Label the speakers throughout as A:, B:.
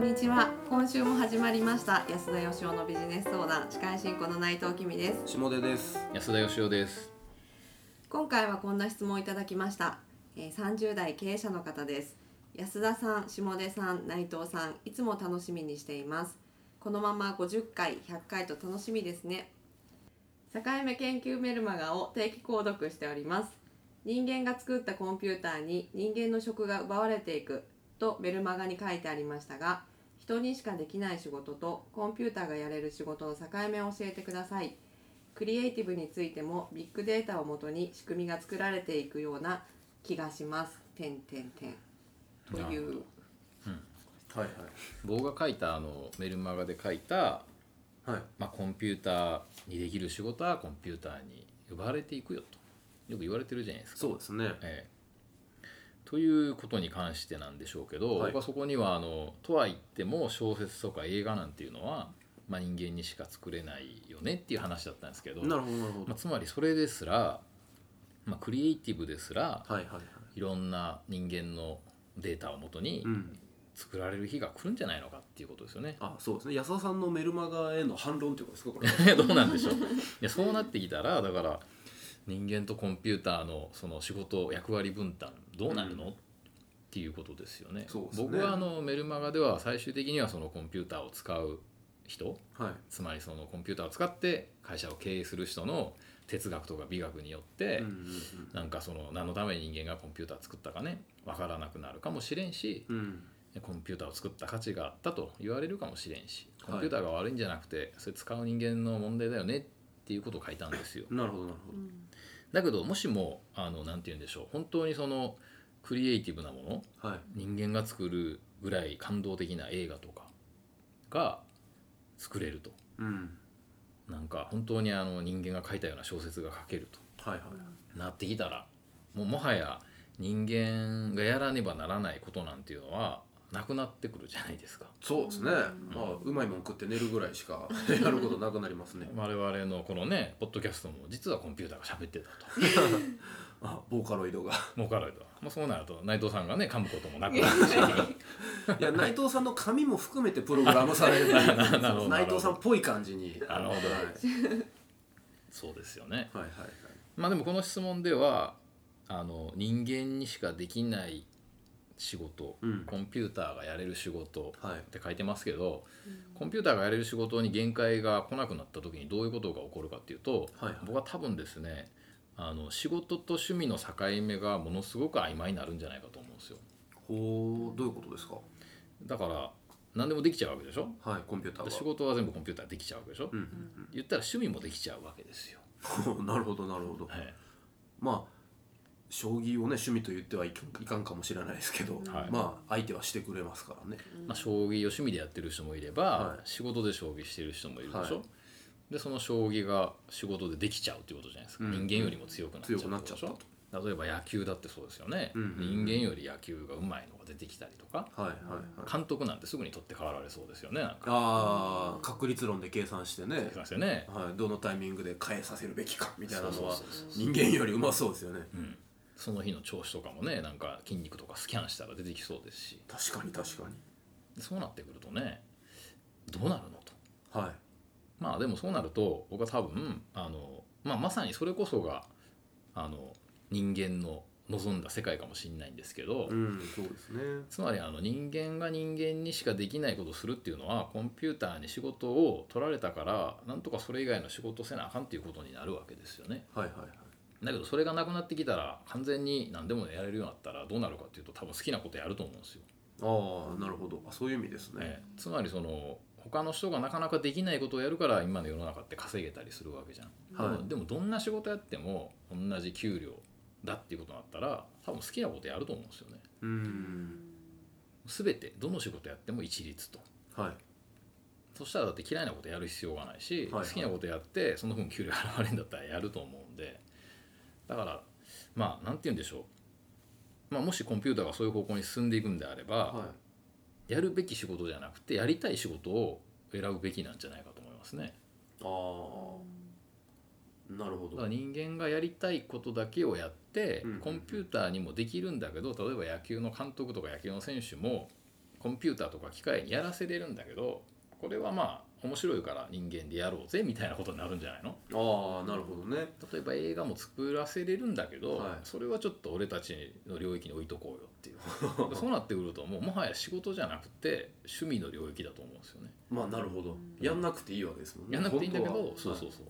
A: にちは今週も始まりました安田義雄のビジネス相談司会進行の内藤きみです
B: 下出です。
C: 安田義雄です。
A: 今回はこんな質問をいただきました、えー、30代経営者の方です安田さん下出さん内藤さんいつも楽しみにしていますこのまま50回100回と楽しみですね境目研究メルマガを定期購読しております人間が作ったコンピューターに人間の職が奪われていくとメルマガに書いてありましたが人にしかできない仕事とコンピューターがやれる仕事の境目を教えてくださいクリエイティブについてもビッグデータをもとに仕組みが作られていくような気がします。てんてんてんと
C: なる
A: いう
B: はい
C: 僕が書いたあのメルマガで書いた、
B: はいはい。
C: まあ、コンピューターにできる仕事はコンピューターに奪われていくよとよく言われてるじゃないですか。
B: そうですね。
C: ええということに関してなんでしょうけど、
B: はい
C: 僕はそこにはあのとは言っても小説とか映画なんていうのは、まあ、人間にしか作れないよねっていう話だったんですけど
B: なるほどなるほ
C: まあ、
B: ど。
C: つまりそれですら、まあ、クリエイティブですら
B: はいはいはい。
C: いろんな人間のデータをもとに
B: うん。
C: 作られる日が来るんじゃないのかっていうことですよね。
B: あ、そうですね。安田さんのメルマガへの反論ということですかこれ。
C: どうなんでしょういやそうなってきたらだから人間とコンピューターのその仕事役割分担どうなるの、
B: うん
C: っていうことですよね
B: そうですね
C: 僕はあのメルマガでは最終的にはそのコンピューターを使う人
B: はい。
C: つまりそのコンピューターを使って会社を経営する人の哲学とか美学によって、
B: うんうん
C: なんかその何のために人間がコンピューターを作ったかね分からなくなるかもしれんし、
B: うん。うん。
C: コンピューターを作った価値があったと言われるかもしれんし
B: はい
C: コンピューターが悪いんじゃなくて、それ使う人間の問題だよねっていうことを書いたんですよ
B: なるほどなるほ
A: う
B: ど。
A: ん
C: だけどもしもあのなんて言うんでしょう本当にそのクリエイティブなもの
B: はい。
C: 人間が作るぐらい感動的な映画とかが作れると
B: うん。
C: なんか本当にあの人間が書いたような小説が書けると
B: はいはい。
C: なってきたらもうもはや人間がやらねばならないことなんていうのはなくなってくるじゃないですか。
B: そうですね。まあうまいもん食って寝るぐらいしか やることなくなりますね。
C: 我々のこのねポッドキャストも実はコンピューターが喋ってたと
B: あ、ボーカロイド が。
C: 儲かるともうそうなると内藤さんがね噛むこともなくなるし
B: いや内藤さんの髪も含めてプログラムされるという。
C: なるほどなるほど
B: 内藤さんっぽい感じに。
C: なる
B: は
C: ほど
B: い
C: そうですよね
B: はいはいはい。
C: まあでもこの質問ではあの人間にしかできない仕事、
B: うん
C: コンピューターがやれる仕事
B: はい
C: っ。て書いてますけど
A: うん
C: コンピューターがやれる仕事に限界が来なくなった時にどういうことが起こるかっていうと、
B: はいはい
C: 僕は多分ですねあの仕事と趣味の境目がものすごく曖昧になるんじゃないかと思うんですよ
B: ほう、どういうことですか。
C: だから何でもできちゃうわけでしょ
B: はい、コンピューターが。
C: 仕事は全部コンピューターできちゃうわけでしょ、
B: うんうんうん。
C: 言ったら趣味もできちゃうわけですよ、
B: なるほどなるほど、
C: はい
B: まあ将棋をね趣味と言ってはいかんいかんかもしれないですけど、
C: はい
B: まあ相手はしてくれますからね
C: まあ、将棋を趣味でやってる人もいれば、
B: はい
C: 仕事で将棋してる人もいるでしょ、
B: はい
C: でその将棋が仕事でできちゃうっていうことじゃないですか、
B: うん
C: 人間よりも強くなっちゃう
B: 強くなっちゃった
C: てことでしょ例えば野球だってそうですよね、
B: うんうんうん
C: 人間より野球がうまいのが出てきたりとか
B: はいはいはい
C: 監督なんてすぐに取って代わられそうですよねなんか
B: ああ確率論で計算してね
C: 言って、ますよね、
B: はい、どのタイミングで変えさせるべきかみたいなのは
C: そうそうそう
B: 人間よりうまそうですよね
C: うん、その日の調子とかもねなんか筋肉とかスキャンしたら出てきそうですし
B: 確かに確かに
C: でそうなってくるとねどうなるのと
B: はい
C: まあでもそうなると僕は多分あの、まあ、まさにそれこそがあの人間の望んだ世界かもしれないんですけど、
B: うんそうですね
C: つまりあの人間が人間にしかできないことをするっていうのはコンピューターに仕事を取られたからなんとかそれ以外の仕事をせなあかんっていうことになるわけですよね。
B: はいはいはい
C: だけどそれがなくなってきたら完全に何でもやれるようになったらどうなるかっていうと多分好きなことやると思うんですよ。
B: ああなるほどあそういう意味ですね、
C: ええつまりその他の人がなかなかできないことをやるから今の世の中って稼げたりするわけじゃん、
B: はい
C: でもでもどんな仕事やっても同じ給料だっていうことになったら多分好きなことやると思うんですよね
B: うん
C: 全てどの仕事やっても一律と
B: はい
C: そしたらだって嫌いなことやる必要がないし、
B: はいはい
C: 好きなことやってその分給料払われるんだったらやると思うんでだからまあなんて言うんでしょう、まあ、もしコンピューターがそういう方向に進んでいくんであれば、
B: は
C: やるべき仕事じゃなくてやりたい仕事を選ぶべきなんじゃないかと思いますね
B: いああなるほ
C: だ
B: ど
C: から人間がやりたいことだけをやって、
B: うんうんうん
C: コンピューターにもできるんだけど例えば野球の監督とか野球の選手もコンピューターとか機械にやらせれるんだけどこれはまあ面白いから人間でやろうぜみたいなことになるんじゃないの
B: ああなるほどね
C: 例えば映画も作らせれるんだけど、
B: はい
C: それはちょっと俺たちの領域に置いとこうよっていう そうなってくるともうもはや仕事じゃなくて趣味の領域だと思うんですよね。
B: まあなるほどやんなくていいわけですもんね
C: やんなくていいんだけ
B: 本当
C: ど
B: は
C: そうそう
B: は
C: そう、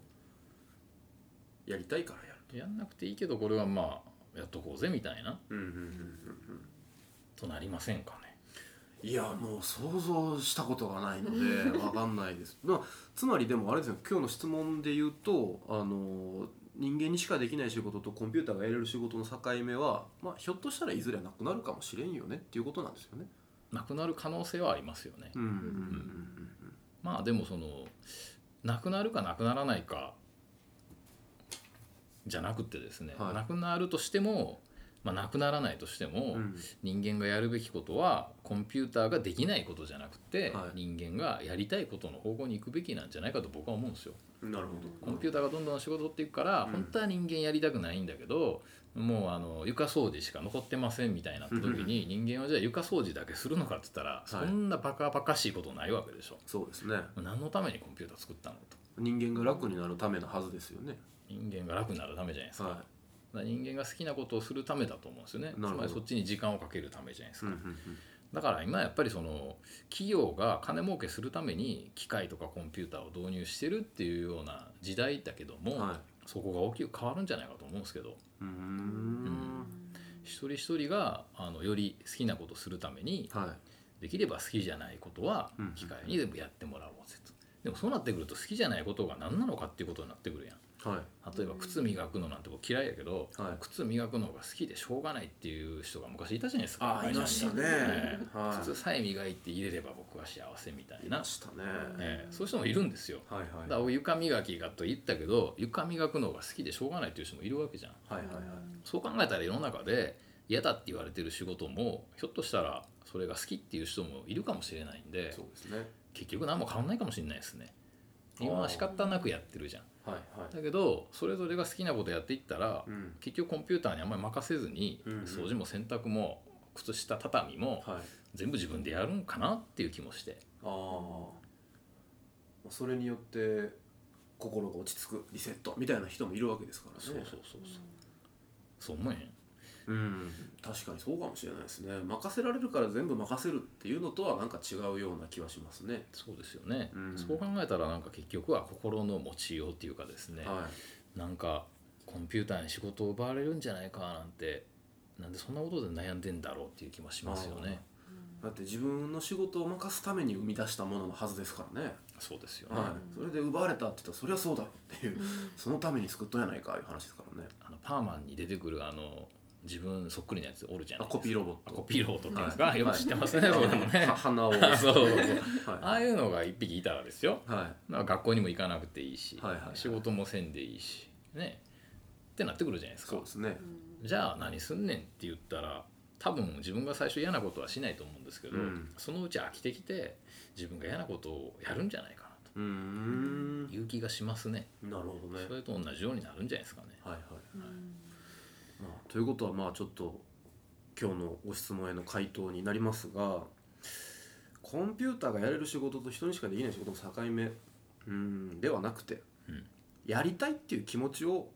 B: いやりたいからやる
C: やんなくていいけどこれはまあやっとこうぜみたいな
B: うんうんうんうんうん
C: となりませんかね。
B: いやもう想像したことがないの でわかんないですまあつまりでもあれですよ今日の質問で言うとあの人間にしかできない仕事とコンピューターがやれる仕事の境目は、まあ、ひょっとしたらいずれなくなるかもしれんよねっていうことなんですよね。
C: なくなる可能性はありますよね。
B: うんうんうん
C: まあでもそのなくなるかなくならないかじゃなくてですね、
B: はい
C: なくなるとしても、まあ、なくならないとしても、
B: うんうんうん
C: 人間がやるべきことはコンピューターができないことじゃなくて、
B: はい
C: 人間がやりたいことの方向に行くべきなんじゃないかと僕は思うんですよ。
B: なるほど。
C: コンピューターがどんどん仕事取っていくから、
B: うん
C: 本当は人間やりたくないんだけどもうあの床掃除しか残ってませんみたいになった時に人間はじゃあ床掃除だけするのかって言ったら、そんなバカバカしいことないわけでしょ。
B: そうですね。
C: 何のためにコンピューター作ったのと
B: 人間が楽になるためのはずですよね。
C: 人間が楽になるためじゃないですか,、
B: は
C: 人間が好きなことをするためだと思うんですよねつ
B: なるほど
C: まりそっちに時間をかけるためじゃないです
B: い。
C: か、だから今やっぱりその企業が金儲けするために機械とかコンピューターを導入してるっていうような時代だけども、
B: はい。
C: そこが大きく変わるんじゃないかと思うんですけど
B: う
A: う
B: ー。
A: ん
C: 一人一人があのより好きなことをするために
B: は
C: できれば好きじゃないことは
B: うん
C: 機械に全部やってもらおうぜと。でもそうなってくると好きじゃないことが何なのかっていうことになってくるやん。
B: い。はい。
C: 例えば靴磨くのなんて僕嫌いやけど、
B: はい
C: 靴磨くのが好きでしょうがないっていう人が昔いたじゃないですか
B: ああ、いましたね
C: ええ。
B: はい。
C: 靴さえ磨いて入れれば僕は幸せみたい
B: い
C: な
B: ま、したね。
C: ええそういう人もいるんですよ
B: はい
C: だ
B: はい。
C: から床磨きがと言ったけど床磨くのが好きでしょうがないっていう人もいるわけじゃん
B: はいはいはい。
C: そう考えたら世の中で嫌だって言われてる仕事もひょっとしたらそれが好きっていう人もいるかもしれないんで
B: そうですね。
C: 結局何も変わんないかもしれないですね今は仕方なくやってるじゃん
B: はいはい。
C: だけどそれぞれが好きなことやっていったら
B: うん。
C: 結局コンピューターにあんまり任せずに
B: うんうん
C: 掃除も洗濯も靴下畳みも
B: はい。
C: 全部自分でやるんかなっていう気もして
B: ああ。それによって心が落ち着くリセットみたいな人もいるわけですからね。
C: そうそうそうそうそう思えん
B: うん、確かにそうかもしれないですね任せられるから全部任せるっていうのとはなんか違うような気はしますね
C: そうですよね、
B: うん
C: そう考えたらなんか結局は心の持ちようっていうかですね、
B: は
C: なんかコンピューターに仕事を奪われるんじゃないかなんてなんでそんなことで悩んでんだろうっていう気もしますよね
B: いだって自分の仕事を任すために生み出したもののはずですからね、
C: そうですよね、
B: はい、それで奪われたって言ったらそりゃそうだよっていうそのために救ったんやないかいう話ですからね
C: あのパーマンに出てくるあの自分そっくりなやつおるじゃ
B: あ
C: ない
B: コピーロボッ
C: あ
B: ト
C: コピーロボットっていうんですか、
B: はい
C: よく知ってますね、そういうの ね
B: は鼻を
C: そうそうそうあ
B: は
C: あいうのが一匹いたらですよ
B: い、は
C: なんか学校にも行かなくていいし、
B: はいはいはい
C: 仕事もせんでいいしねってなってくるじゃないで
B: い、
C: すか
B: そうですね
C: じゃあ何すんねんって言ったら多分自分が最初嫌なことはしないと思うんですけど、
B: うん
C: そのうち飽きてきて自分が嫌なことをやるんじゃないかな
B: うーん
C: という気がしますね
B: なるほどね
C: それと同じようになるんじゃないですかね
B: はいはいまあ、ということはまあちょっと今日のご質問への回答になりますがコンピューターがやれる仕事と人にしかできない仕事の境目うんではなくて、
C: うん
B: やりたいっていう気持ちを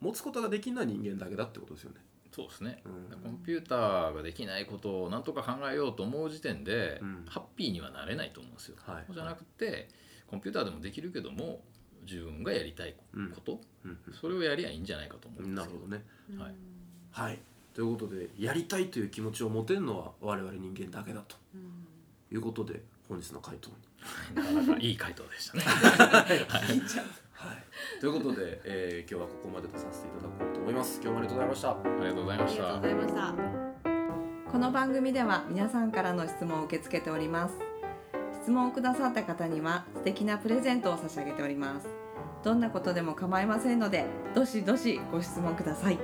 B: 持つことができない人間だけだってことですよね。
C: そうですね
B: う
C: コ
B: ん
C: ンピューターができないことを何とか考えようと思う時点で、
B: うん
C: ハッピーにはなれないと思うんですよ、
B: はい
C: そうじゃなくてコンピューターでもできるけども自分がやりたいこと、
B: うん
C: それをやりゃいいんじゃないかと思
B: う
C: うんんで
B: な
C: す
B: る
C: け
B: ほ
C: ど
B: どね。
C: はい
B: はい、ということでやりたいという気持ちを持てるのは我々人間だけだということで本日の回答に。
C: なかなかいい回答でしたね
B: はい、ということで、えー今日はここまでとさせていただこうと思います。今日もありがとうございました
C: ありがとうござい
A: あ
C: ま
A: り
C: し
A: がとう
C: た
A: ございました。この番組では皆さんからの質問を受け付けております。質問をくださった方には素敵なプレゼントを差し上げております。どんなことでも構いませんので、どしどしご質問ください。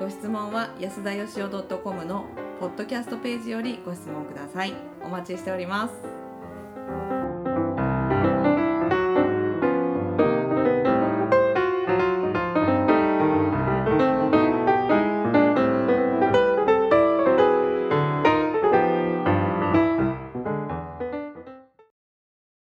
A: ご質問は安田よしお .com のポッドキャストページよりご質問ください。お待ちしております。